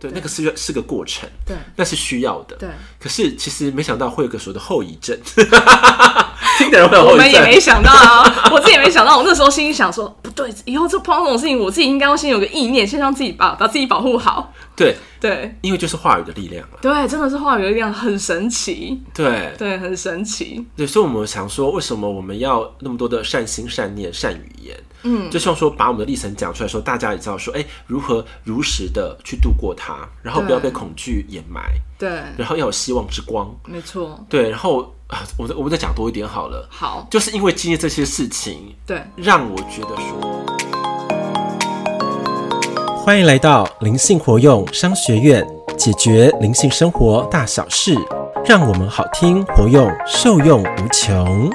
对，那个是个是个过程，对那是需要的。对，可是其实没想到会有个所谓的后遗 症，听的人会有我 后们遗也没症。想到啊， 我自己也没想到。我那时候心里想说，不对，以后这碰到这种事情，我自己应该要先有个意念，先让自己把把自己保护好。对，对因为就是话语的力量啊。对，真的是话语力量很神奇，对对，很神奇。对，所以我们想说，为什么我们要那么多的善心、善念、善语言？嗯，就希望说把我们的历程讲出来的时候，大家也知道说，哎、如何如实的去度过它，然后不要对被恐惧掩埋，对，然后要有希望之光。没错。对，然后啊，我再我们再讲多一点好了，好，就是因为经历这些事情，对，让我觉得说。欢迎来到灵性活用商学院，解决灵性生活大小事，让我们好听活用，受用无穷。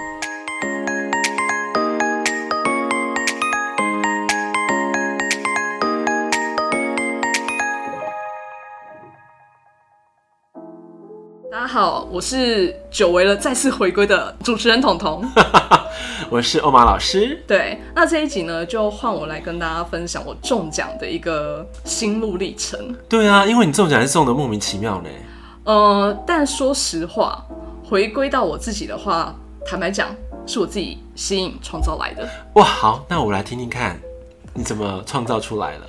大家好，我是久违了再次回归的主持人彤 彤。我是欧玛老师，对，那这一集呢，就换我来跟大家分享我中奖的一个心路历程。对啊，因为你中奖是中的莫名其妙呢。呃，但说实话，回归到我自己的话，坦白讲，是我自己吸引创造来的。哇，好，那我来听听看，你怎么创造出来了？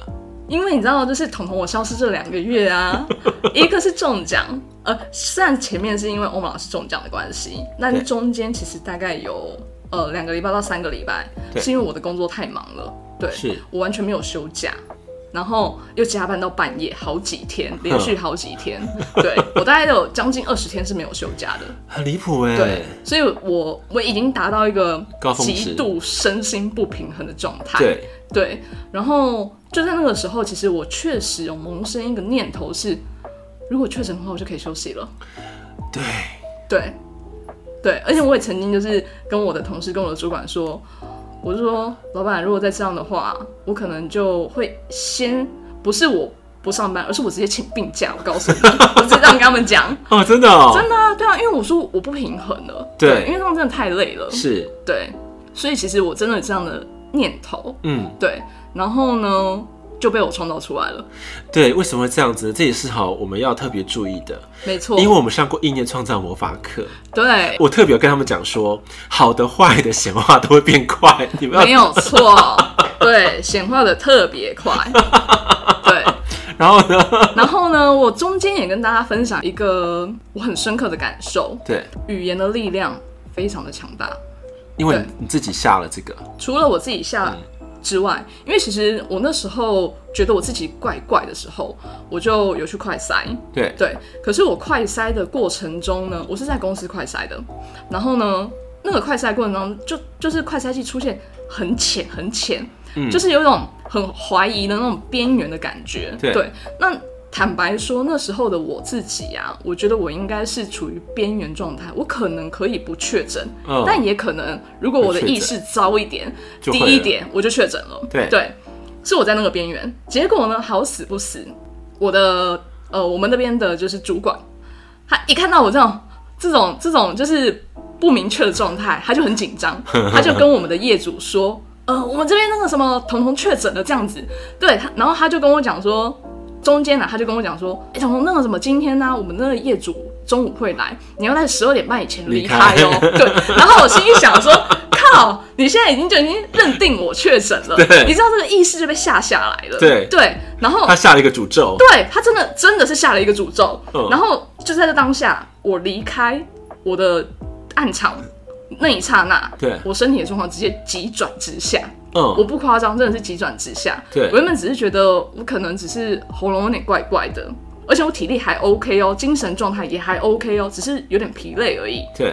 因为你知道，就是彤彤我消失这两个月啊，一个是中奖，呃，虽然前面是因为欧盟老师中奖的关系，对但中间其实大概有呃两个礼拜到三个礼拜，对是因为我的工作太忙了，对，是我完全没有休假。然后又加班到半夜，好几天，连续好几天。对我大概有将近二十天是没有休假的。很离谱哎。对，所以我我已经达到一个高峰值极度身心不平衡的状态。对对然后就在那个时候，其实我确实有萌生一个念头是，如果确诊的话，我就可以休息了。对对，对，而且我也曾经就是跟我的同事、跟我的主管说，我就说老板，如果再这样的话，我可能就会先不是我不上班，而是我直接请病假。我告 诉你，我直接这样跟他们讲。哦，真的哦，真的啊，对啊，因为我说我不平衡了，对因为这样真的太累了，是，对，所以其实我真的有这样的念头，嗯，对，然后呢就被我创造出来了，对，为什么会这样子呢？这也是好我们要特别注意的，没错，因为我们上过意念创造魔法课，对，我特别有跟他们讲说，好的、坏的、显化都会变快，你们没要。有错，对，显化的特别 快，对，然后呢？然后呢，我中间也跟大家分享一个我很深刻的感受，对，语言的力量非常的强大，因为对你自己下了这个，除了我自己嗯下之外，因为其实我那时候觉得我自己怪怪的时候，我就有去快筛。对对，可是我快筛的过程中呢，我是在公司快筛的，然后呢，那个快筛过程中就就是快筛剂出现很浅很浅，嗯就是有一种很怀疑的那种边缘的感觉。对那。坦白说，那时候的我自己啊，我觉得我应该是处于边缘状态，我可能可以不确诊，嗯，但也可能，如果我的意识糟一点、就低会了一点，我就确诊了。对是我在那个边缘。结果呢，好死不死，我的呃，我们那边的就是主管，他一看到我这种这种这种就是不明确的状态，他就很紧 张，他就跟我们的业主说，呃，我们这边那个什么彤彤确诊了这样子，对他，然后他就跟我讲说，中间呢、啊他就跟我讲说，哎、彤彤那个什么，今天呢、我们那个业主中午会来，你要在十二点半以前离开哦。 离对，然后我心里想 说，靠，你现在已经就已经认定我确诊了，对你知道这个意识就被吓下来了，对对，然后他下了一个诅咒，对他真的真的是下了一个诅咒，嗯然后就在这当下，我离开我的暗场那一刹那，对我身体的状况直接急转直下，我嗯，不夸张，真的是急转直下。对我原本只是觉得我可能只是喉咙有点怪怪的，而且我体力还 OK 哦，精神状态也还 OK 哦，只是有点疲累而已。对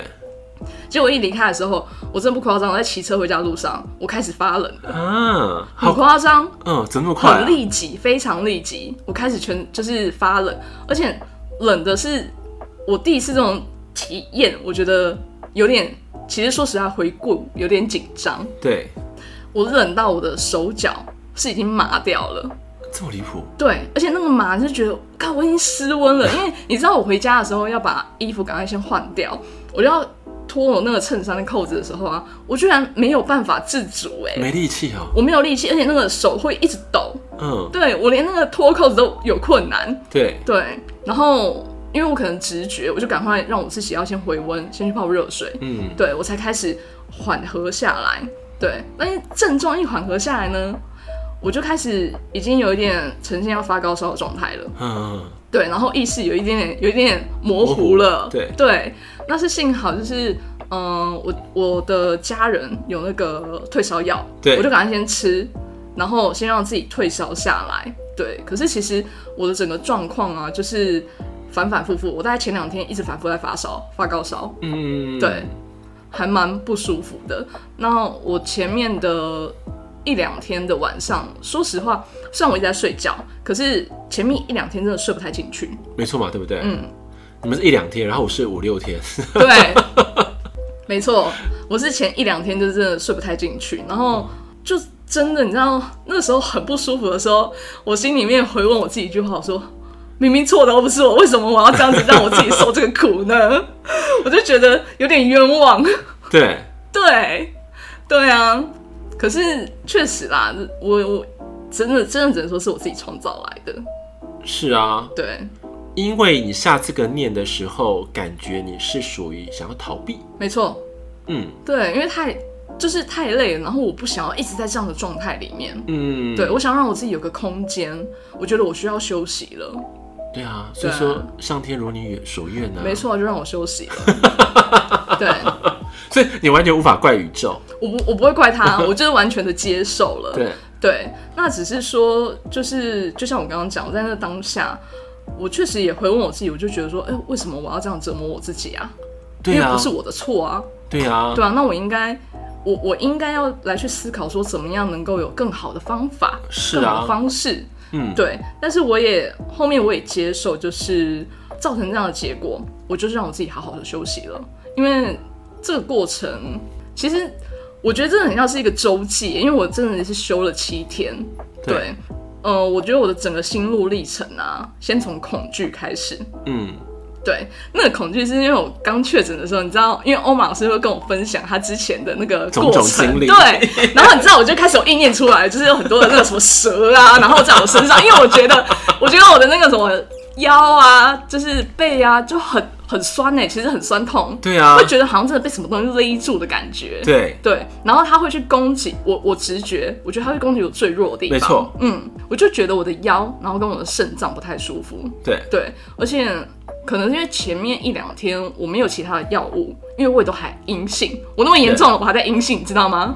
结果一离开的时候，我真的不夸张，我在骑车回家路上，我开始发冷了，啊，很好，夸张，嗯，怎么那么快、很啊？立即，非常立即。我开始全就是发冷，而且冷的是我第一次这种体验，我觉得有点，其实说实话回顾有点紧张，对，我冷到我的手脚是已经麻掉了。这么离谱，对，而且那个麻是觉得，靠，我已经失温了，因为你知道我回家的时候要把衣服赶快先换掉，我就要脱我那个衬衫的扣子的时候啊，我居然没有办法自主哎、没力气哦、我没有力气，而且那个手会一直抖，嗯，对我连那个脱扣子都有困难。对，对，然后因为我可能直觉，我就赶快让我自己要先回温，先去泡热水，嗯，对我才开始缓和下来。对，但是症状一缓和下来呢，我就开始已经有一点呈现要发高烧的状态了。嗯嗯，对，然后意识有一点点有一点点模模糊糊了。对对，那是幸好就是。嗯，我我的家人有那个退烧药，对我就赶快先吃，然后先让自己退烧下来。对，可是其实我的整个状况啊，就是反反复复，我大概前两天一直反复在发烧、发高烧，嗯，对，还蛮不舒服的。那我前面的一两天的晚上，说实话，虽然我一直在睡觉，可是前面一两天真的睡不太进去。没错嘛，对不对？嗯，你们是一两天，然后我是五六天， 对，没错，我是前一两天就真的睡不太进去，然后就真的你知道那时候很不舒服的时候，我心里面回问我自己一句话，我说。明明错的又不是我，为什么我要这样子让我自己受这个苦呢？ 我就觉得有点冤枉。对，对，对啊。可是确实啦，我我真的真的只能说是我自己创造来的。是啊，对，因为你下这个念的时候，感觉你是属于想要逃避，没错，嗯对，因为太就是太累了，然后我不想要一直在这样的状态里面。嗯，对，我想让我自己有个空间，我觉得我需要休息了。对啊，所以对啊说上天如你所愿呢，没，错，就让我休息了。对，所以你完全无法怪宇宙，我不我不会怪他，我就是完全的接受了。对，对，那只是说，就是就像我刚刚讲，在那当下，我确实也回问我自己，我就觉得说，哎、为什么我要这样折磨我自己啊？对因为啊不，是我的错啊，对啊，对啊，那我应该，我我应该要来去思考说，怎么样能够有更好的方法，是啊更好的方式，嗯，对。但是我也后面我也接受，就是造成这样的结果，我就是让我自己好好的休息了，因为这个过程其实我觉得真的很像是一个周记，因为我真的是休了七天，对对。呃，我觉得我的整个心路历程啊，先从恐惧开始，嗯，对，那个恐惧是因为我刚确诊的时候，你知道，因为欧马老师会跟我分享他之前的那个种过种程，经历对。然后你知道，我就开始有意念出来，就是有很多的那个什么蛇啊，然后在我身上，因为我觉得，我觉得我的那个什么腰啊，就是背啊，就很很酸哎、其实很酸痛，对啊会，觉得好像真的被什么东西勒住的感觉，对，对。然后他会去攻击我，我直觉，我觉得他会攻击我最弱的地方，没错，嗯，我就觉得我的腰，然后跟我的肾脏不太舒服，对，对，而且可能是因为前面一两天我没有其他的药物，因为我也都还阴性，我那么严重了，我还在阴性，你知道吗？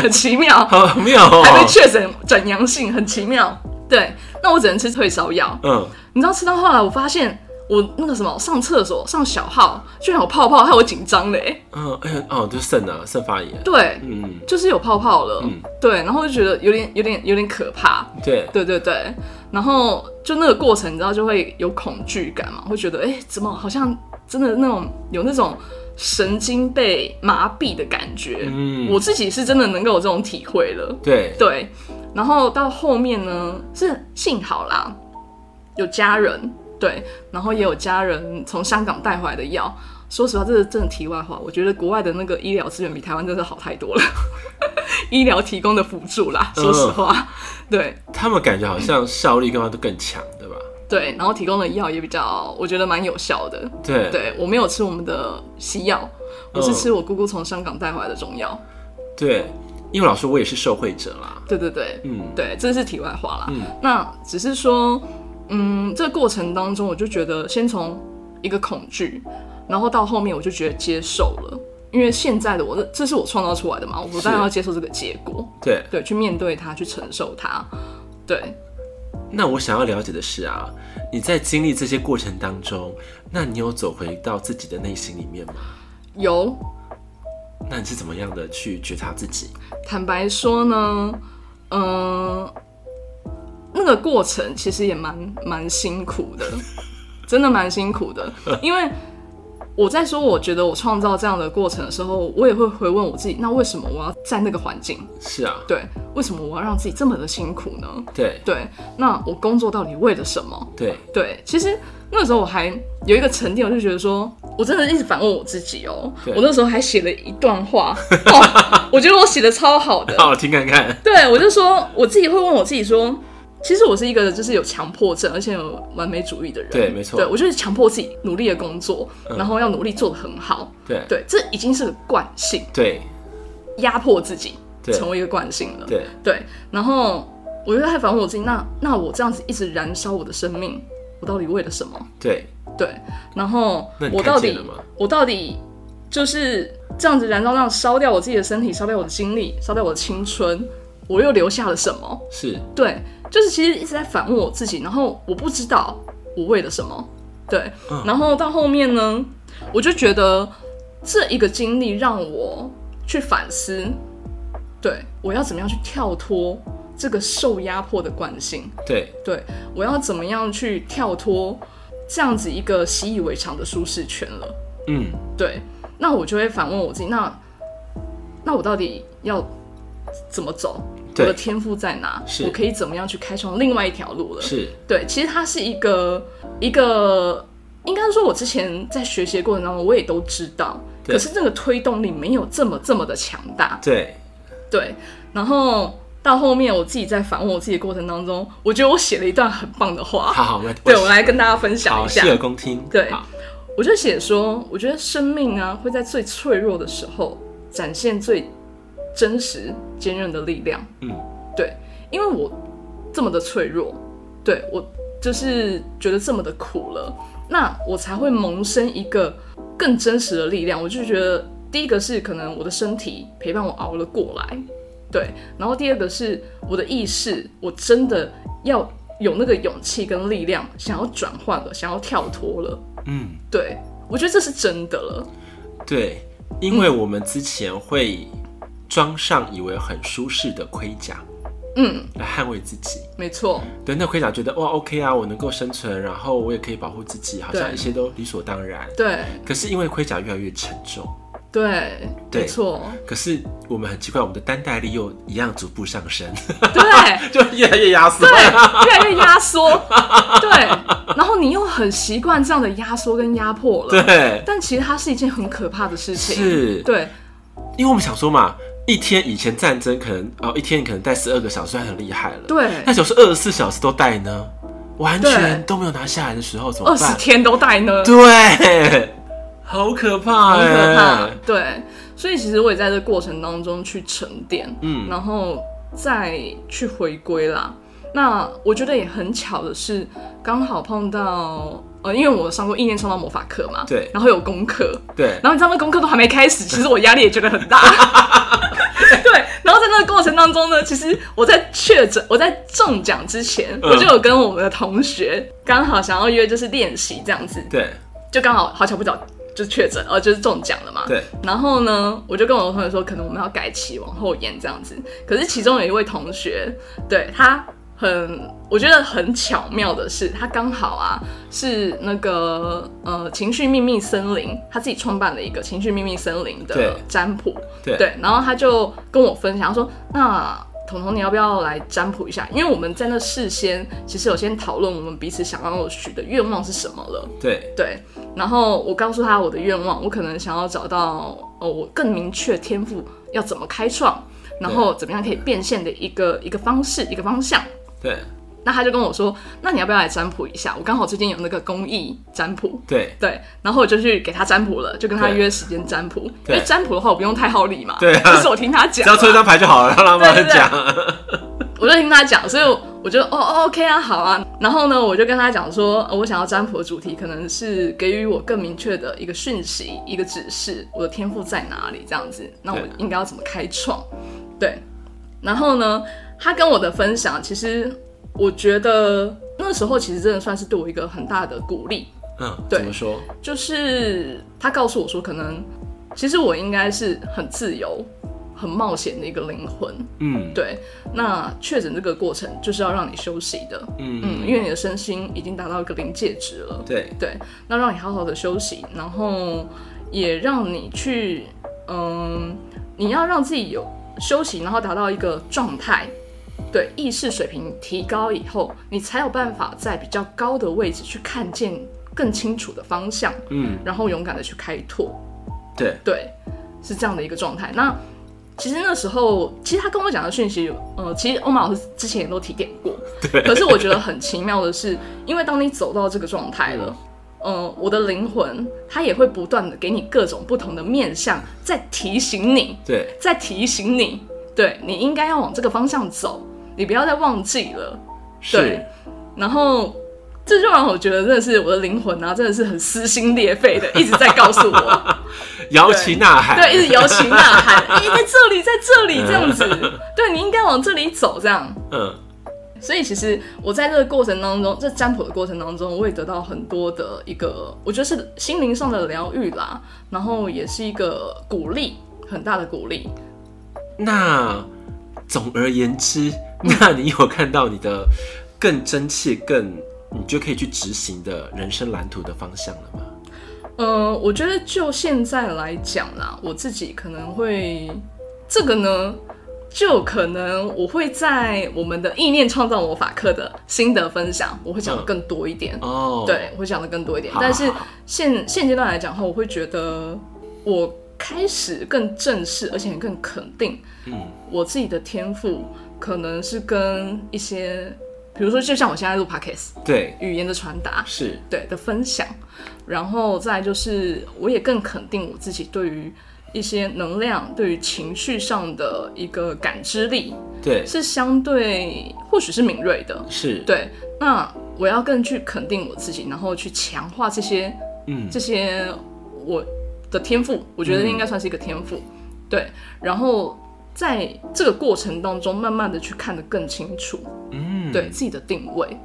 很奇妙， 好妙哦，还被确诊转阳性，很奇妙。对，那我只能吃退烧药。嗯，你知道吃到后来，我发现我那个什么上厕所上小号居然有泡泡，害我紧张嘞、嗯，哎呀，哦，就肾啊，肾发炎，对，嗯，就是有泡泡了。嗯对，然后就觉得有点有点有点可怕。对，对对对，然后就那个过程，你知道就会有恐惧感嘛，会觉得哎、诶怎么好像真的那种有那种神经被麻痹的感觉。嗯我自己是真的能够有这种体会了。对，对，然后到后面呢，是幸好啦，有家人对，然后也有家人从香港带回来的药。说实话，这是真的题外话，我觉得国外的那个医疗资源比台湾真的好太多了， 医疗提供的辅助啦。说实话，对，他们感觉好像效率干嘛都更强，对吧？对，然后提供的药也比较，我觉得蛮有效的。对，对我没有吃我们的西药，我是吃我姑姑从香港带回来的中药。对，因为老师我也是受惠者啦，对对对，嗯，对，这是题外话啦。嗯那只是说，嗯，这个过程当中，我就觉得先从一个恐惧，然后到后面我就觉得接受了，因为现在的我，这是我创造出来的嘛，我当然要接受这个结果，对。对，去面对它，去承受它，对，那我想要了解的是啊，你在经历这些过程当中，那你有走回到自己的内心里面吗？有那你是怎么样的去觉察自己？坦白说呢，嗯、那个过程其实也蛮蛮辛苦的，真的蛮辛苦的。因为我在说，我觉得我创造这样的过程的时候，我也会回问我自己，那为什么我要在那个环境？是啊，对，为什么我要让自己这么的辛苦呢？对对，那我工作到底为了什么？对，对，其实那个时候我还有一个沉淀，我就觉得说，我真的一直反问我自己哦，对我那时候还写了一段话，哦、我觉得我写的超好的，好，我听看看。对我就说我自己会问我自己说，其实我是一个就是有强迫症，而且有完美主义的人，对没错嗯对我就是强迫自己努力的工作，然后要努力做的很好，对对，这已经是个惯性，对压迫自己对成为一个惯性了，对对，然后我就在反问我自己，那那我这样子一直燃烧我的生命，我到底为了什么？对，对，然后那你我看到见底了吗我到底就是这样子燃烧，让烧掉我自己的身体，烧掉我的精力，烧掉我的青春，我又留下了什么？是对，就是其实一直在反问我自己，然后我不知道我为了什么。对，嗯然后到后面呢，我就觉得这一个经历让我去反思，对我要怎么样去跳脱这个受压迫的惯性。对对我要怎么样去跳脱这样子一个习以为常的舒适圈了？嗯对，那我就会反问我自己，那那我到底要怎么走？我对的天赋在哪？是我可以怎么样去开创另外一条路了？是对，其实它是一个一个，应该说，我之前在学习的过程当中，我也都知道，对可是那个推动力没有这么这么的强大。对对，然后到后面我自己在反问我自己的过程当中，我觉得我写了一段很棒的话，好好，我对我来跟大家分享好一下洗。耳恭听。对好我就写说，我觉得生命啊会在最脆弱的时候展现最真实、坚韧的力量。嗯，对，因为我这么的脆弱，对我就是觉得这么的苦了，那我才会萌生一个更真实的力量。我就觉得，第一个是可能我的身体陪伴我熬了过来，对，然后第二个是我的意识，我真的要有那个勇气跟力量，想要转换了，想要跳脱了。嗯。对，我觉得这是真的了。对，因为我们之前会装上以为很舒适的盔甲嗯，来捍卫自己，没错，对，那盔甲觉得哇 OK 啊，我能够生存，然后我也可以保护自己，好像对一切都理所当然。对可是因为盔甲越来越沉重，对，对没错，可是我们很奇怪，我们的担戴力又一样逐步上升， 对就越来越压缩。对，越来越压缩，对，然后你又很习惯这样的压缩跟压迫了。对，但其实它是一件很可怕的事情。是对因为我们想说嘛，一天以前战争可能哦，一天可能戴十二个小时还很厉害了，，对那，时候是二十四小时都戴呢，完全对都没有拿下来的时候怎么二十办？天都戴呢，对，好可怕、很欸，可怕。对，所以其实我也在这过程当中去沉淀，嗯然后再去回归啦。那我觉得也很巧的是，刚好碰到呃，因为我上过意念创造魔法课嘛，对然后有功课，对，然后你知道那功课都还没开始，其实我压力也觉得很大。对，然后在那个过程当中呢，其实我在确诊，我在中奖之前，嗯我就有跟我们的同学刚好想要约，就是练习这样子，对，就刚好好巧不巧就确诊，呃，就是中奖了嘛。对，然后呢，我就跟我的同学说，可能我们要改期往后延这样子。可是其中有一位同学，对他很，我觉得很巧妙的是，他刚好啊是那个呃情绪秘密森林，他自己创办了一个情绪秘密森林对的占卜，对，对，然后他就跟我分享他说，那。彤彤，你要不要来占卜一下？因为我们在那事先其实有先讨论我们彼此想要许的愿望是什么了。对，对，然后我告诉他我的愿望，我可能想要找到呃我更明确天赋要怎么开创，然后怎么样可以变现的一个一个方式一个方向。对，那他就跟我说，那你要不要来占卜一下？我刚好最近有那个公益占卜。对，对，然后我就去给他占卜了，就跟他对约时间占卜。因对为占卜的话，我不用太好礼嘛，对啊就是我听他讲只要嘛，抽一张牌就好了，让他对对们对讲。我就听他讲，所以我就哦哦 OK 啊，好啊。然后呢，我就跟他讲说，呃我想要占卜的主题可能是给予我更明确的一个讯息、一个指示，我的天赋在哪里这样子，那我对应该要怎么开创？对。然后呢，他跟我的分享，其实我觉得那时候其实真的算是对我一个很大的鼓励，嗯，对怎么说？就是他告诉我说，可能其实我应该是很自由、很冒险的一个灵魂。嗯，对，那确诊这个过程就是要让你休息的，嗯，嗯，因为你的身心已经达到一个临界值了，对，对，那让你好好的休息，然后也让你去，嗯，你要让自己有休息，然后达到一个状态，对，意识水平提高以后，你才有办法在比较高的位置去看见更清楚的方向，嗯，然后勇敢的去开拓。对，对，是这样的一个状态。那其实那时候，其实他跟我讲的讯息，呃，其实欧马老师之前也都提点过。对。可是我觉得很奇妙的是，因为当你走到这个状态了，呃，我的灵魂它也会不断的给你各种不同的面向，在提醒你，对，在提醒你，对你应该要往这个方向走，你不要再忘记了。是，然后这就让我觉得真的是我的灵魂啊，真的是很撕心裂肺的，一直在告诉我。摇旗呐喊，对，一直摇旗呐喊，哎、在这里，在这里，这样子，对你应该往这里走，这样。嗯，所以其实我在这个过程当中，这占卜的过程当中，我也得到很多的一个，我觉得是心灵上的疗愈啦，然后也是一个鼓励，很大的鼓励。那总而言之，那你有看到你的更真切、更你就可以去执行的人生蓝图的方向了吗？呃，我觉得就现在来讲啦，我自己可能会这个呢，就可能我会在我们的意念创造魔法课的心得分享，我会讲的嗯更多一点。哦，，对，我会讲的更多一点。好但是好好现现阶段来讲的话，我会觉得我开始更正式，而且更肯定嗯，我自己的天赋，可能是跟一些，比如说就像我现在录 podcast 对，语言的传达，是，对的分享，然后再来就是我也更肯定我自己对于。一些能量对于情绪上的一个感知力对，是相对，或许是敏锐的，是，，对，那我要更去肯定我自己，然后去强化这些嗯，这些我的天赋，我觉得应该算是一个天赋。嗯对，然后在这个过程当中，慢慢的去看得更清楚，嗯，对、，自己的定位，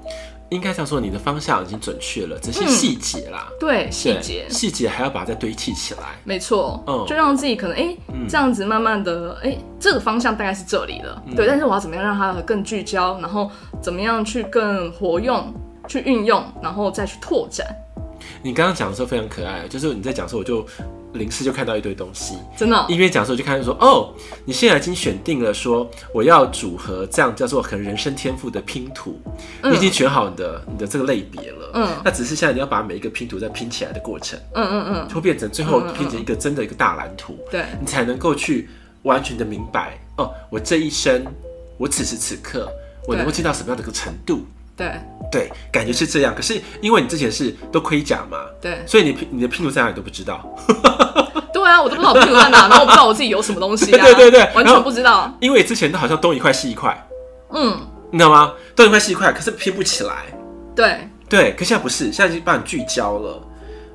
应该这样说，你的方向已经准确了，只是细节啦，对对细节。细节还要把它再堆砌起来。没错，嗯就让自己可能哎、诶这样子慢慢的哎、诶这个方向大概是这里嗯了，对。但是我要怎么样让它更聚焦，然后怎么样去更活用、去运用，然后再去拓展，你刚刚讲的时候非常可爱，就是你在讲的时候，我就临时就看到一堆东西，真的、一边讲的时候就看到说，哦，你现在已经选定了说我要组合这样叫做可能人生天赋的拼图，你已经选好你的你的这个类别了，嗯，那只是现在你要把每一个拼图再拼起来的过程，嗯嗯嗯，就会变成最后拼成一个真的一个大蓝图，对，你才能够去完全的明白哦，我这一生，我此时此刻，我能够对进到什么样的一个程度？对对，感觉是这样。可是因为你之前是都盔甲嘛，对 所以你拼你的拼图在哪里都不知道，对啊，我都不知道我屁股在哪，然后我不知道我自己有什么东西啊， 对对对完然后全不知道。因为之前都好像东一块西一块，嗯，你知道吗？东一块西一块，可是拼不起来。对对，可现在不是，现在已经帮你聚焦了。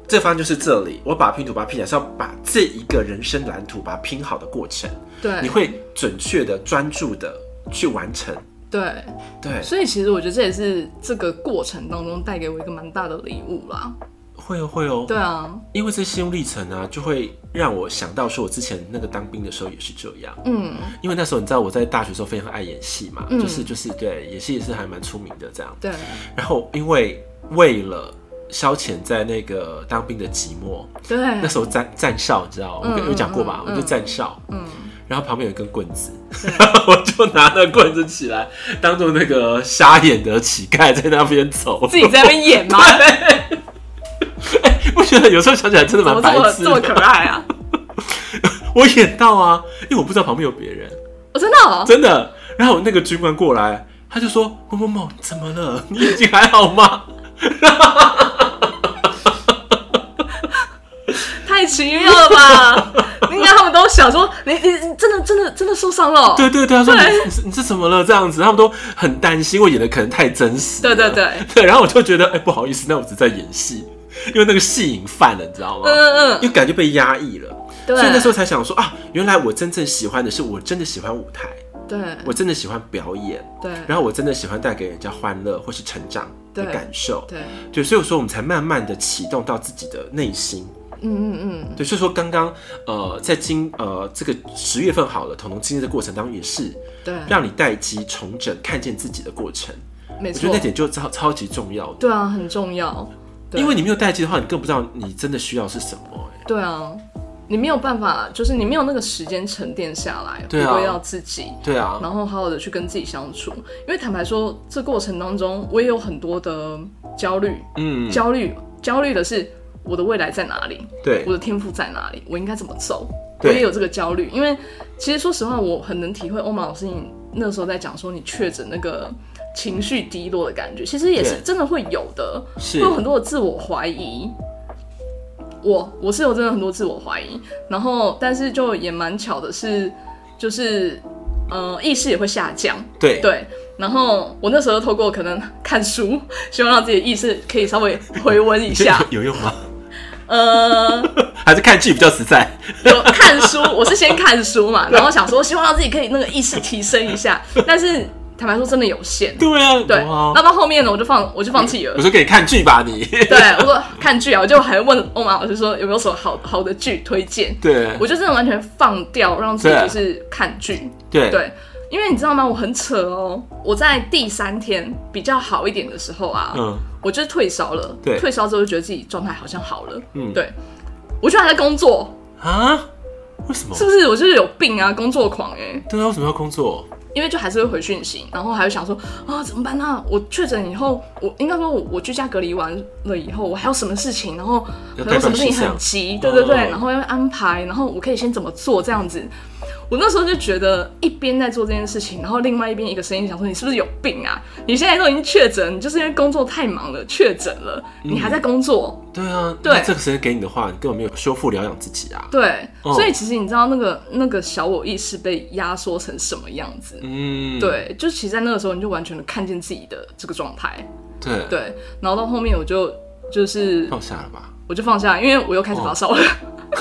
这方就是这里，我把拼图把它拼起来，是要把这一个人生蓝图把它拼好的过程，对你会准确的、专注的去完成。对，对，所以其实我觉得这也是这个过程当中带给我一个蛮大的礼物啦。会哦，会哦。对啊，因为这心路历程啊，就会让我想到说，我之前那个当兵的时候也是这样。嗯，因为那时候你知道我在大学的时候非常爱演戏嘛，嗯就是就是对，演戏也是还蛮出名的这样。对然后因为为了消遣在那个当兵的寂寞，对那，时候站站哨，你知道，我跟嗯有讲过吧，嗯我就站哨，嗯，然后旁边有一根棍子，对 我就拿那棍子起来，当做那个瞎眼的乞丐在那边走。自己在那边演 吗？不觉得有时候想起来真的怎蛮么这白么痴这么可的？爱啊？我演到啊，因为我不知道旁边有别人。我真的哦，真的。然后那个军官过来，他就说：“某某某，怎么了？你眼睛还好吗哦太奇妙了吧？应该他们都想说，你你你真的真的真的受伤了哦？”？对对对，他说：“对你你你是怎么了？”这样子，他们都很担心，我演的可能太真实。对对对， 对，然后我就觉得，哎、不好意思，那我只是在演戏，因为那个戏瘾犯了，你知道吗？嗯嗯哦因为感觉被压抑了，对所以那时候才想说啊，原来我真正喜欢的是，我真的喜欢舞台，嗯，对我真的喜欢表演，对然后我真的喜欢带给人家欢乐或是成长的对感受。对，对，所以我说我们才慢慢的启动到自己的内心，嗯嗯嗯，对，所以说刚刚呃，在今呃这个十月份好了，彤彤经历的过程当中也是对，让你待机重整、看见自己的过程，没我觉错得那，点就超超级重要的，对啊，很重要。对因为你没有待机的话，你更不知道你真的需要是什么、哎，对啊，你没有办法，就是你没有那个时间沉淀下来，对啊回归到自己，对啊，然后好好的去跟自己相处。因为坦白说，这过程当中我也有很多的焦虑，嗯，焦虑焦虑的是我的未来在哪里，对我的天赋在哪里，我应该怎么走。我对也有这个焦虑，因为其实说实话，我很能体会欧玛老师你那时候在讲说你确诊那个情绪低落的感觉，其实也是对真的会有的，是会有很多的自我怀疑。我我是有真的很多自我怀疑，然后但是就也蛮巧的是，就是呃意识也会下降，对对，然后我那时候透过可能看书， 希望让自己的意识可以稍微回温一 下。有用吗？呃，还是看剧比较实在？有看书，我是先看书嘛，然后想说希望让自己可以那个意识提升一下，但是坦白说真的有限。对啊， 对，哇那到后面呢，我就放我就放弃了我。说给你看剧吧，你 对，我说看剧啊，我就还问欧玛老师说有没有什么好好的剧推荐，对我就真的完全放掉，让自己对啊就是看剧。对对，因为你知道吗？我很扯哦，我在第三天比较好一点的时候啊，嗯我就是退烧了。对退烧之后就觉得自己状态好像好了。嗯对，我居然还在工作，啊？为什么是？不是？我就是有病啊，工作狂哎、对啊，为什么要工作？因为就还是会回讯息，然后还会想说啊，怎么办呢、我确诊以后，我应该说我我居家隔离完了以后，我还有什么事情，然后要还有什么事情代办事项很急，对对对，哦然后要安排，然后我可以先怎么做这样子。我那时候就觉得一边在做这件事情，然后另外一边一个声音想说你是不是有病啊？你现在都已经确诊，你就是因为工作太忙了确诊了，嗯你还在工作，对啊，对那这个时间给你的话，你根本没有修复疗养自己啊。对，哦所以其实你知道那个那个小我意识被压缩成什么样子？嗯，对，就其实，在那个时候，你就完全的看见自己的这个状态，对，对。然后到后面，我就就是放下了吧。我就放下，因为我又开始发烧了，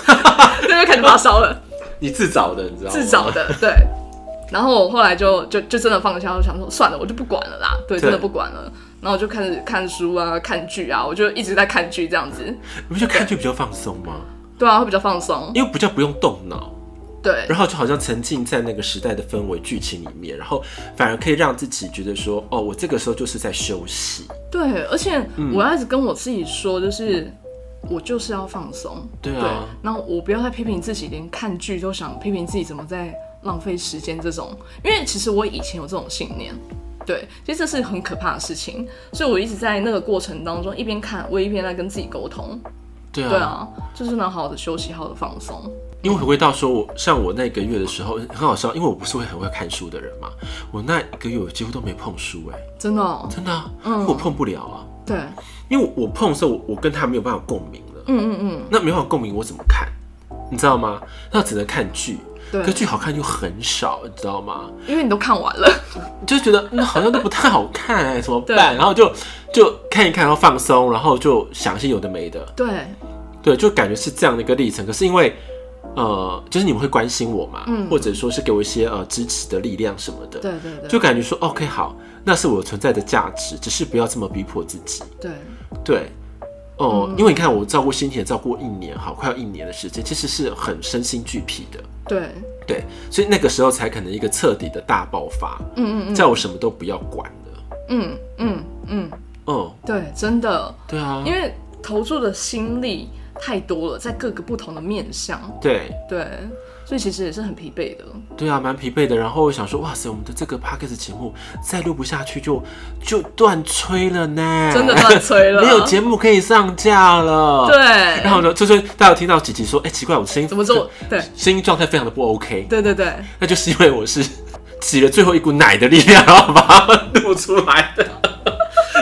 哦 对，又开始发烧了，你自找的，你知道吗？自找哦的，对。然后我后来就就就真的放下，我想说算了，我就不管了啦，对，对真的不管了。然后我就开始看书啊，看剧啊，我就一直在看剧这样子，你不觉得看剧比较放松吗？对啊，会比较放松，因为比较不用动脑，对然后就好像沉浸在那个时代的氛围剧情里面，然后反而可以让自己觉得说，哦，我这个时候就是在休息。对。而且嗯我要一直跟我自己说，就是我就是要放松，对对啊，，然后我不要再批评自己，连看剧都想批评自己怎么在浪费时间这种，因为其实我以前有这种信念，对，其实这是很可怕的事情，所以我一直在那个过程当中一边看，我一边在跟自己沟通，对啊，对啊，就是能好好的休息，好好的放松，因为回归到说我，像我那个月的时候很好笑，因为我不是会很会看书的人嘛，我那一个月我几乎都没碰书、哎，真的、哦，真的、啊，因为我碰不了啊，对，因为我碰的时候，我我跟他没有办法共鸣了，嗯嗯嗯，那没办法共鸣，我怎么看？你知道吗？那只能看剧，对可剧好看又很少，你知道吗？因为你都看完了， 就觉得那好像都不太好看、哎，怎么对办？然后就就看一看，然后放松，然后就想一些有的没的，对，对，就感觉是这样的一个历程。可是因为呃，就是你们会关心我嘛，嗯或者说是给我一些呃支持的力量什么的，对对对，就感觉说 OK 好，那是我存在的价值，只是不要这么逼迫自己。对，对，哦、嗯因为你看我照顾心情也照顾一年，好，快要一年的时间，其实是很身心俱疲的。对，对，所以那个时候才可能一个彻底的大爆发，嗯嗯嗯叫我什么都不要管了。嗯嗯嗯，嗯，对，真的，对啊因，为投注的心力太多了，在各个不同的面向，对对，所以其实也是很疲惫的。对啊，蛮疲惫的。然后我想说，哇塞，我们的这个 podcast 节目再录不下去就就断吹了呢，真的断吹了没有节目可以上架了。对，，然后呢，就是大家有听到几集说，哎、奇怪，我声音怎么做？对，声音状态非常的不 OK。对对对，那就是因为我是挤了最后一股奶的力量，然后把它录出来的。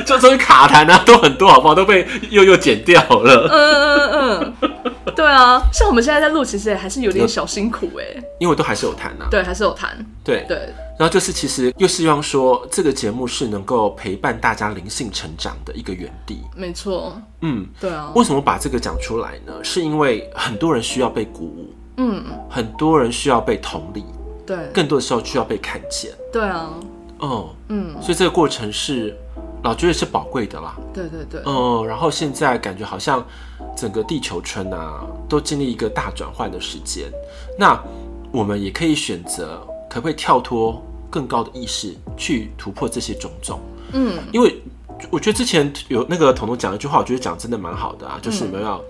就这些卡痰啊，都很多，好不好？都被又又剪掉了。嗯嗯嗯嗯，对啊，像我们现在在录，其实也还是有点小辛苦哎、因为我都还是有痰啊。对，还是有谈，对对然后就是其实又希望说，这个节目是能够陪伴大家灵性成长的一个园地。没错，嗯，对啊，为什么把这个讲出来呢？是因为很多人需要被鼓舞，嗯，很多人需要被同理，对，更多的时候需要被看见。对啊，哦，嗯，所以这个过程是老觉得是宝贵的啦。对对对，嗯，然后现在感觉好像整个地球村啊，都经历一个大转换的时间。那我们也可以选择，可不可以跳脱更高的意识，去突破这些种种？嗯，因为我觉得之前有那个彤彤嗯讲了一句话，我觉得讲得真的蛮好的啊，就是你们要，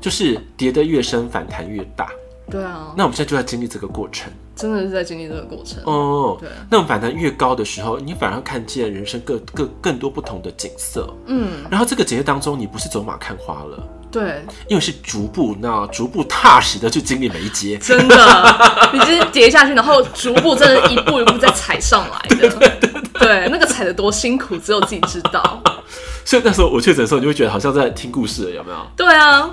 就是跌得越深，反弹越大。对啊，那我们现在就在经历这个过程。真的是在经历这个过程。哦，对那我们反弹越高的时候，你反而看见人生各各更多不同的景色。嗯，然后这个节日当中，你不是走马看花了，对，因为是逐步那逐步踏实的去经历每一阶。真的，你就是跌下去，然后逐步真的一步一步再踩上来的。对，那个踩的多辛苦，只有自己知道。所以那时候我确诊的时候，你会觉得好像在听故事了，有没有？对啊，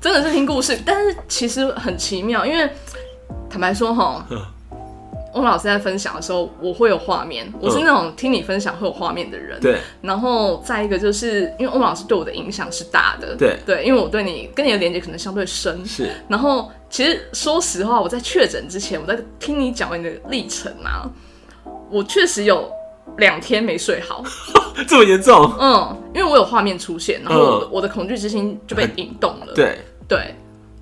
真的是听故事，但是其实很奇妙，因为坦白说哈嗯，翁老师在分享的时候，我会有画面，我是那种听你分享会有画面的人。。嗯对，然后再一个就是因为翁老师对我的影响是大的，对对，因为我对你跟你的连接可能相对深，是 然后其实说实话，我在确诊之前，我在听你讲完你的历程啊，我确实有两天没睡好，这么严重？嗯，因为我有画面出现，然后我的,、嗯我的恐惧之心就被引动了，对，对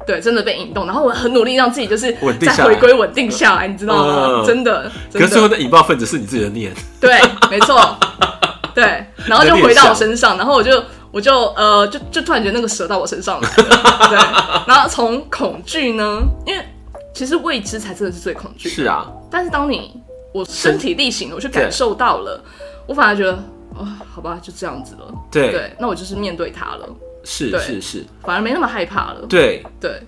对，真的被引动，然后我很努力让自己就是稳定再下来回归稳定下来，你知道吗？嗯真的，可是呃真最后的，那引爆分子是你自己的念，对，没错， 对，然后就回到我身上，然后我就。我就呃，就就突然觉得那个蛇到我身上 来了，对。然后从恐惧呢，因为其实未知才真的是最恐惧。是啊，但是当你我身体力行了，我去感受到了，我反而觉得，哦，好吧，就这样子了。对，对，那我就是面对它了，是对是是，反而没那么害怕了。对对，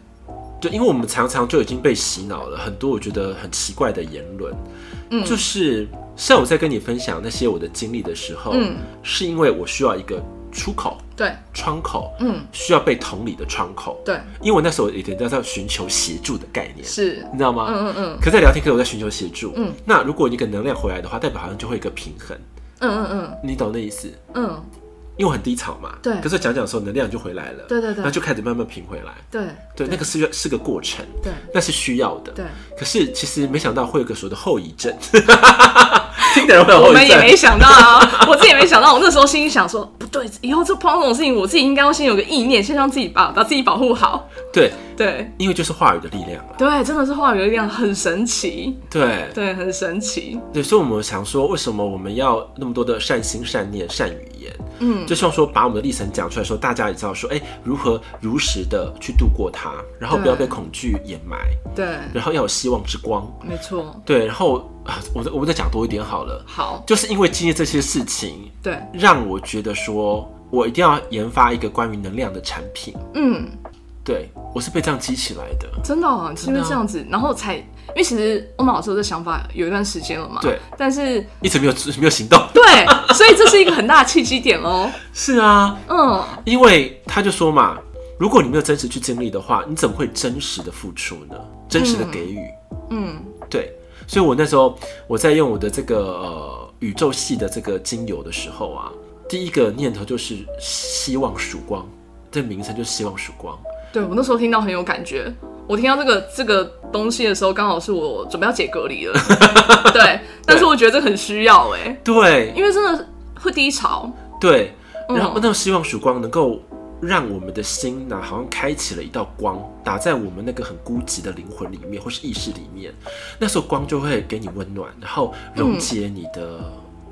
对，因为我们常常就已经被洗脑了很多我觉得很奇怪的言论，嗯就是像我在跟你分享那些我的经历的时候，嗯，是因为我需要一个出口、对，窗口，嗯，需要被同理的窗口，对，因为我那时候也在在寻求协助的概念，是，你知道吗？嗯嗯嗯可在聊天，可是我在寻求协助。嗯，那如果你个能量回来的话，代表好像就会有一个平衡，嗯嗯你懂那意思？嗯嗯，因为我很低潮嘛，对可是讲讲的时候能量就回来了，对对对然后就开始慢慢平回来。对，对，那个是要是个过程，对那是需要的。对，可是其实没想到会有个所谓的后遗 症，听的人会有我后们遗也症。没想到啊， 我自己也没想到。我那时候心里想说，不对，以后这碰到这种事情，我自己应该要先有个意念，先让自己把把自己保护好。 对，对因为就是话语的力量了。啊对，真的是话语的力量很神奇，对对，很神奇。对，所以我们想说，为什么我们要那么多的善心、善念、善语言？嗯，就希望说把我们的历程讲出来的时候，大家也知道说，哎、如何如实的去度过它，然后不要对被恐惧掩埋，对，然后要有希望之光。没错。对，然后啊，我再我们再讲多一点好了，好，就是因为经历这些事情，对，让我觉得说我一定要研发一个关于能量的产品。嗯，对我是被这样激起来的。真的、哦，是因为真的啊这样子，然后才，因为其实欧曼老师有这想法有一段时间了嘛，对，但是一直没有 没有行动。对，所以这是一个很大的契机点喽，是啊，嗯，因为他就说嘛，如果你没有真实去经历的话，你怎么会真实的付出呢？真实的给予，嗯，对。所以我那时候我在用我的这个呃宇宙系的这个精油的时候啊，第一个念头就是希望曙光，这名称就是希望曙光。对我那时候听到很有感觉，我听到这个这个东西的时候，刚好是我准备要解隔离 了，对，但是我觉得这很需要哎、对因为真的会低潮，对，嗯然后那种希望曙光能够让我们的心呢、好像开启了一道光，打在我们那个很孤寂的灵魂里面，或是意识里面。那时候光就会给你温暖，然后溶解你的、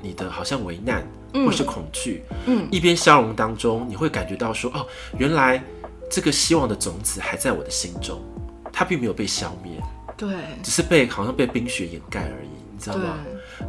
你的好像为难或是恐惧。嗯一边消融当中，你会感觉到说，哦，原来这个希望的种子还在我的心中，它并没有被消灭，对只是被好像被冰雪掩盖而已，你知道对吗？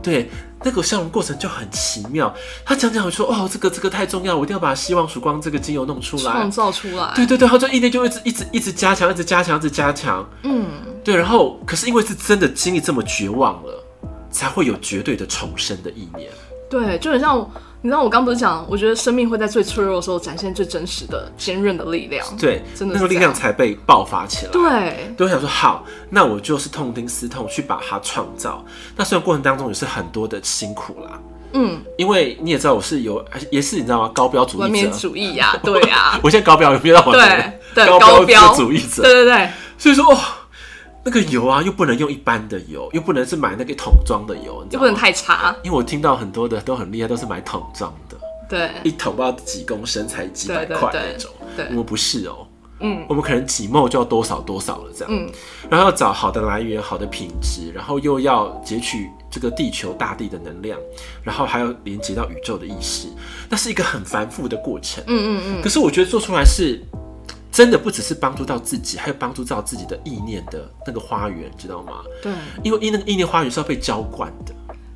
对，啊那个消融过程就很奇妙。他讲讲我说哦，这个这个太重要，我一定要把希望曙光这个精油弄出来创。造出来，对对对，他就意念就一直一直一直加强，一直加强，一直加强。嗯，对，然后可是因为是真的经历这么绝望了，才会有绝对的重生的意念。对，就很像我你知道我刚不是讲，我觉得生命会在最脆弱的时候展现最真实的、坚韧的力量，对，真的那是个力这量样才被爆发起来。对对，我想说好，那我就是痛定思痛去把它创造。那虽然过程当中也是很多的辛苦啦，嗯，因为你也知道我是有，也是你知道吗？高标主完义美者。主义呀、对呀、 我现在高标有没有到完美？对对高高标主义对者，对对，所以说哦，那个油啊，又不能用一般的油，又不能是买那个桶装的油，你知就道不能吗？太差，因为我听到很多的都很厉害，都是买桶装的，对一桶不知道几公升，才几对百对块对那种。我对，们不是哦，嗯我们可能几毛就要多少多少了这样，嗯然后要找好的来源、好的品质，然后又要截取这个地球大地的能量，然后还要连接到宇宙的意识，那是一个很繁复的过程。嗯嗯嗯，可是我觉得做出来是真的不只是帮助到自己，还有帮助到自己的意念的那个花园，知道吗？对，因为意那个意念花园是要被浇灌的，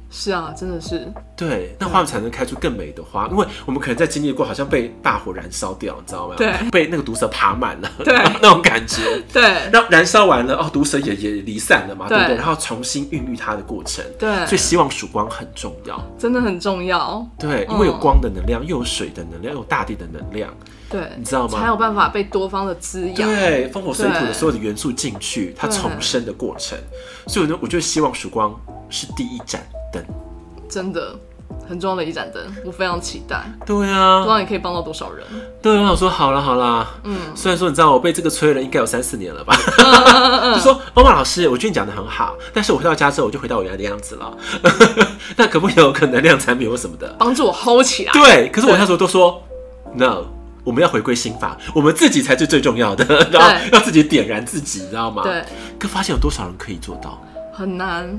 是啊，真的是，对，那嗯花园才能开出更美的花。因为我们可能在经历过，好像被大火燃烧掉，你知道吗？对被那个毒蛇爬满了，对那种感觉。 对那燃烧完了，哦，毒蛇也也离散了嘛，对不对对？然后重新孕育它的过程，对所以希望曙光很重要，真的很重要，对，因为有光的能量，又有水的能量，又有大地的能量，对，你知道吗才有办法被多方的滋养，对，风火水土的对所有的元素进去，它对重生的过程。所以我就我就希望曙光是第一盏灯。真的很重要的一盏灯，我非常期待，对不啊知，道你可以帮到多少人。对，我想说好了好了，嗯，虽然说你知道我被这个催了应该有三四年了吧，就说欧曼老师，我觉得你讲的很好，但是我回到家之后我就回到我原来的样子了， 那可不可以有可能量产品或什么的？帮助我 hold 起来。对，可是我对那时候都说 no。我们要回归心法，我们自己才是最重要的，然后要自己点燃自己，你知道吗？对，可发现有多少人可以做到？很难，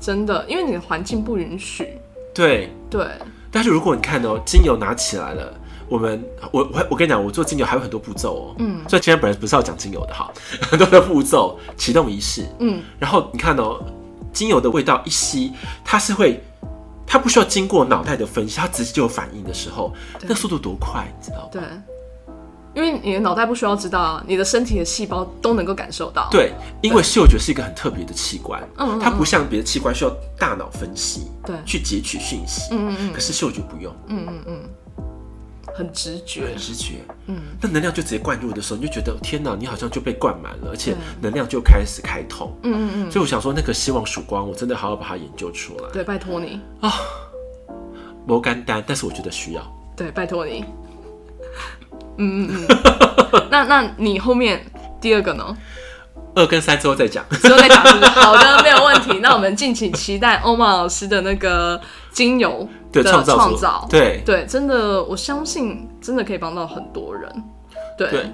真的，因为你的环境不允许。对，对，但是如果你看哦，精油拿起来了，我们我我我跟你讲，我做精油还有很多步骤哦。嗯，所以今天本来不是要讲精油的哈， 很多的步骤，启动仪式。嗯，然后你看哦，精油的味道一吸，它是会，它不需要经过脑袋的分析，它直接就有反应的时候，那速度多快，你知道吗？对，因为你的脑袋不需要知道啊，你的身体的细胞都能够感受到。，对，因为嗅觉是一个很特别的器官，嗯嗯嗯它不像别的器官需要大脑分析，对去截取讯息，嗯嗯嗯可是嗅觉不用，嗯嗯嗯，很直觉很。直觉，嗯，那能量就直接灌入的时候，你就觉得天哪，你好像就被灌满了，而且对能量就开始开通。嗯嗯嗯，所以我想说，那个希望曙光，我真的好好把它研究出来。对，拜托你，不干单，但是我觉得需要。对，拜托你。嗯嗯 嗯，那那你后面第二个呢？二跟三之后再讲。 之后再讲是不是？好的，没有问题。那我们敬请期待欧曼老师的那个精油对，的创造创出造。对对，真的，我相信真的可以帮到很多人。对，对，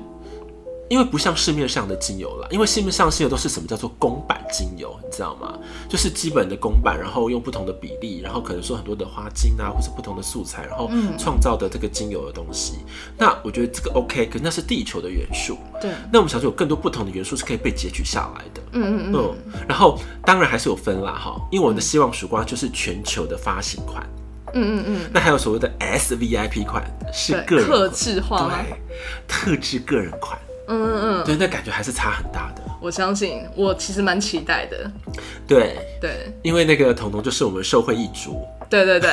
因为不像市面上的精油啦，因为市面上精油都是什么叫做公版精油，你知道吗？就是基本的公版，然后用不同的比例，然后可能说很多的花精啊，或是不同的素材，然后嗯创造的这个精油的东西。那我觉得这个 OK，可那是地球的元素。对，那我们想说有更多不同的元素是可以被截取下来的。嗯嗯嗯，嗯，然后当然还是有分啦哈，因为我的希望曙光就是全球的发行款，嗯嗯嗯，那还有所谓的 SVIP 款是对，个人克款制化吗？对特制个人款，嗯嗯嗯，对，那感觉还是差很大的。我相信，我其实蛮期待的。对，对，因为那个彤彤就是我们受惠一族， 对对 对，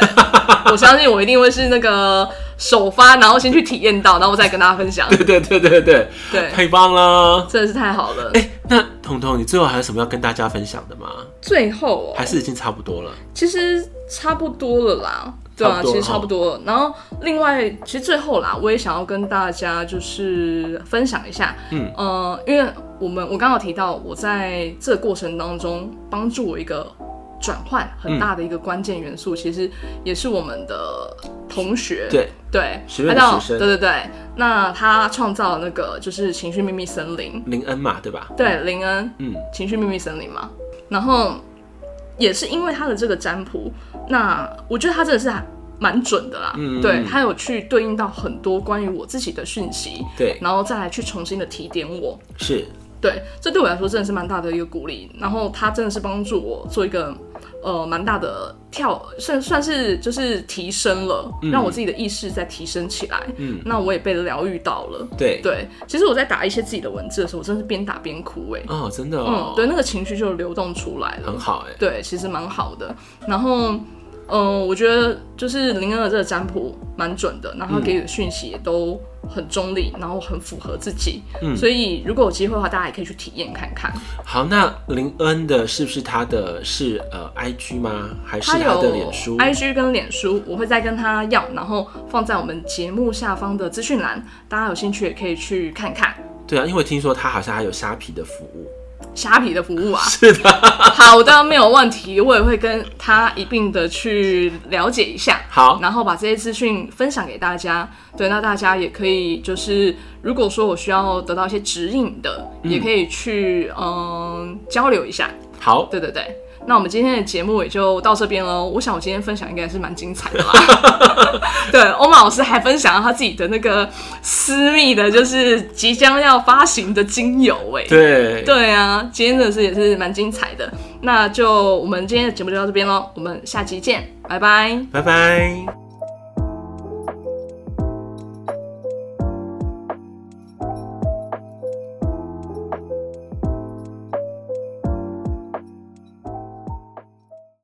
我相信我一定会是那个首发，然后先去体验到，然后我再跟大家分享。对对对对对，对太棒了。真的是太好了。哎、那彤彤，你最后还有什么要跟大家分享的吗？最后哦，还是已经差不多了？其实差不多了啦，对差啊，不多其实了差不多了。然后另外，其实最后啦，我也想要跟大家就是分享一下，嗯呃，因为我们我刚好提到，我在这个过程当中帮助我一个转换嗯很大的一个关键元素，其实也是我们的同学，对，对，学院他叫的学生对对对，那他创造那个就是情绪秘密森林，林恩嘛，对吧？对，林恩，嗯，情绪秘密森林嘛。然后也是因为他的这个占卜，那我觉得他真的是还蛮准的啦。嗯对他有去对应到很多关于我自己的讯息，对，然后再来去重新的提点我。是，对，这对我来说真的是蛮大的一个鼓励。然后他真的是帮助我做一个呃蛮大的跳，算算是就是提升了，让我自己的意识再提升起来。嗯那我也被疗愈到了。对，对，其实我在打一些自己的文字的时候，我真的是边打边哭哎、哦，真的嗯哦，，对，，那个情绪就流动出来了很。好哎、对，其实蛮好的。然后，嗯、我觉得就是林恩的这个占卜蛮准的，然后给予的讯息也都很中立，然后很符合自己。嗯所以如果有机会的话，大家也可以去体验看看。好，那林恩的是不是他的是呃 IG 吗？还是他有的脸书？ IG 跟脸书，我会再跟他要，然后放在我们节目下方的资讯栏，大家有兴趣也可以去看看。对啊，因为听说他好像还有虾皮的服务。虾皮的服务啊， 是的，好的，没有问题，我也会跟他一并的去了解一下。好，然后把这些资讯分享给大家。对，那大家也可以就是，如果说我需要得到一些指引的，也可以去嗯、交流一下。好，对对对。那我们今天的节目也就到这边喽。我想我今天分享应该是蛮精彩的啦。对，欧玛老师还分享了他自己的那个私密的，就是即将要发行的精油哎、对，对啊，今天真的是也是蛮精彩的。那就我们今天的节目就到这边喽，我们下期见，拜拜。拜拜。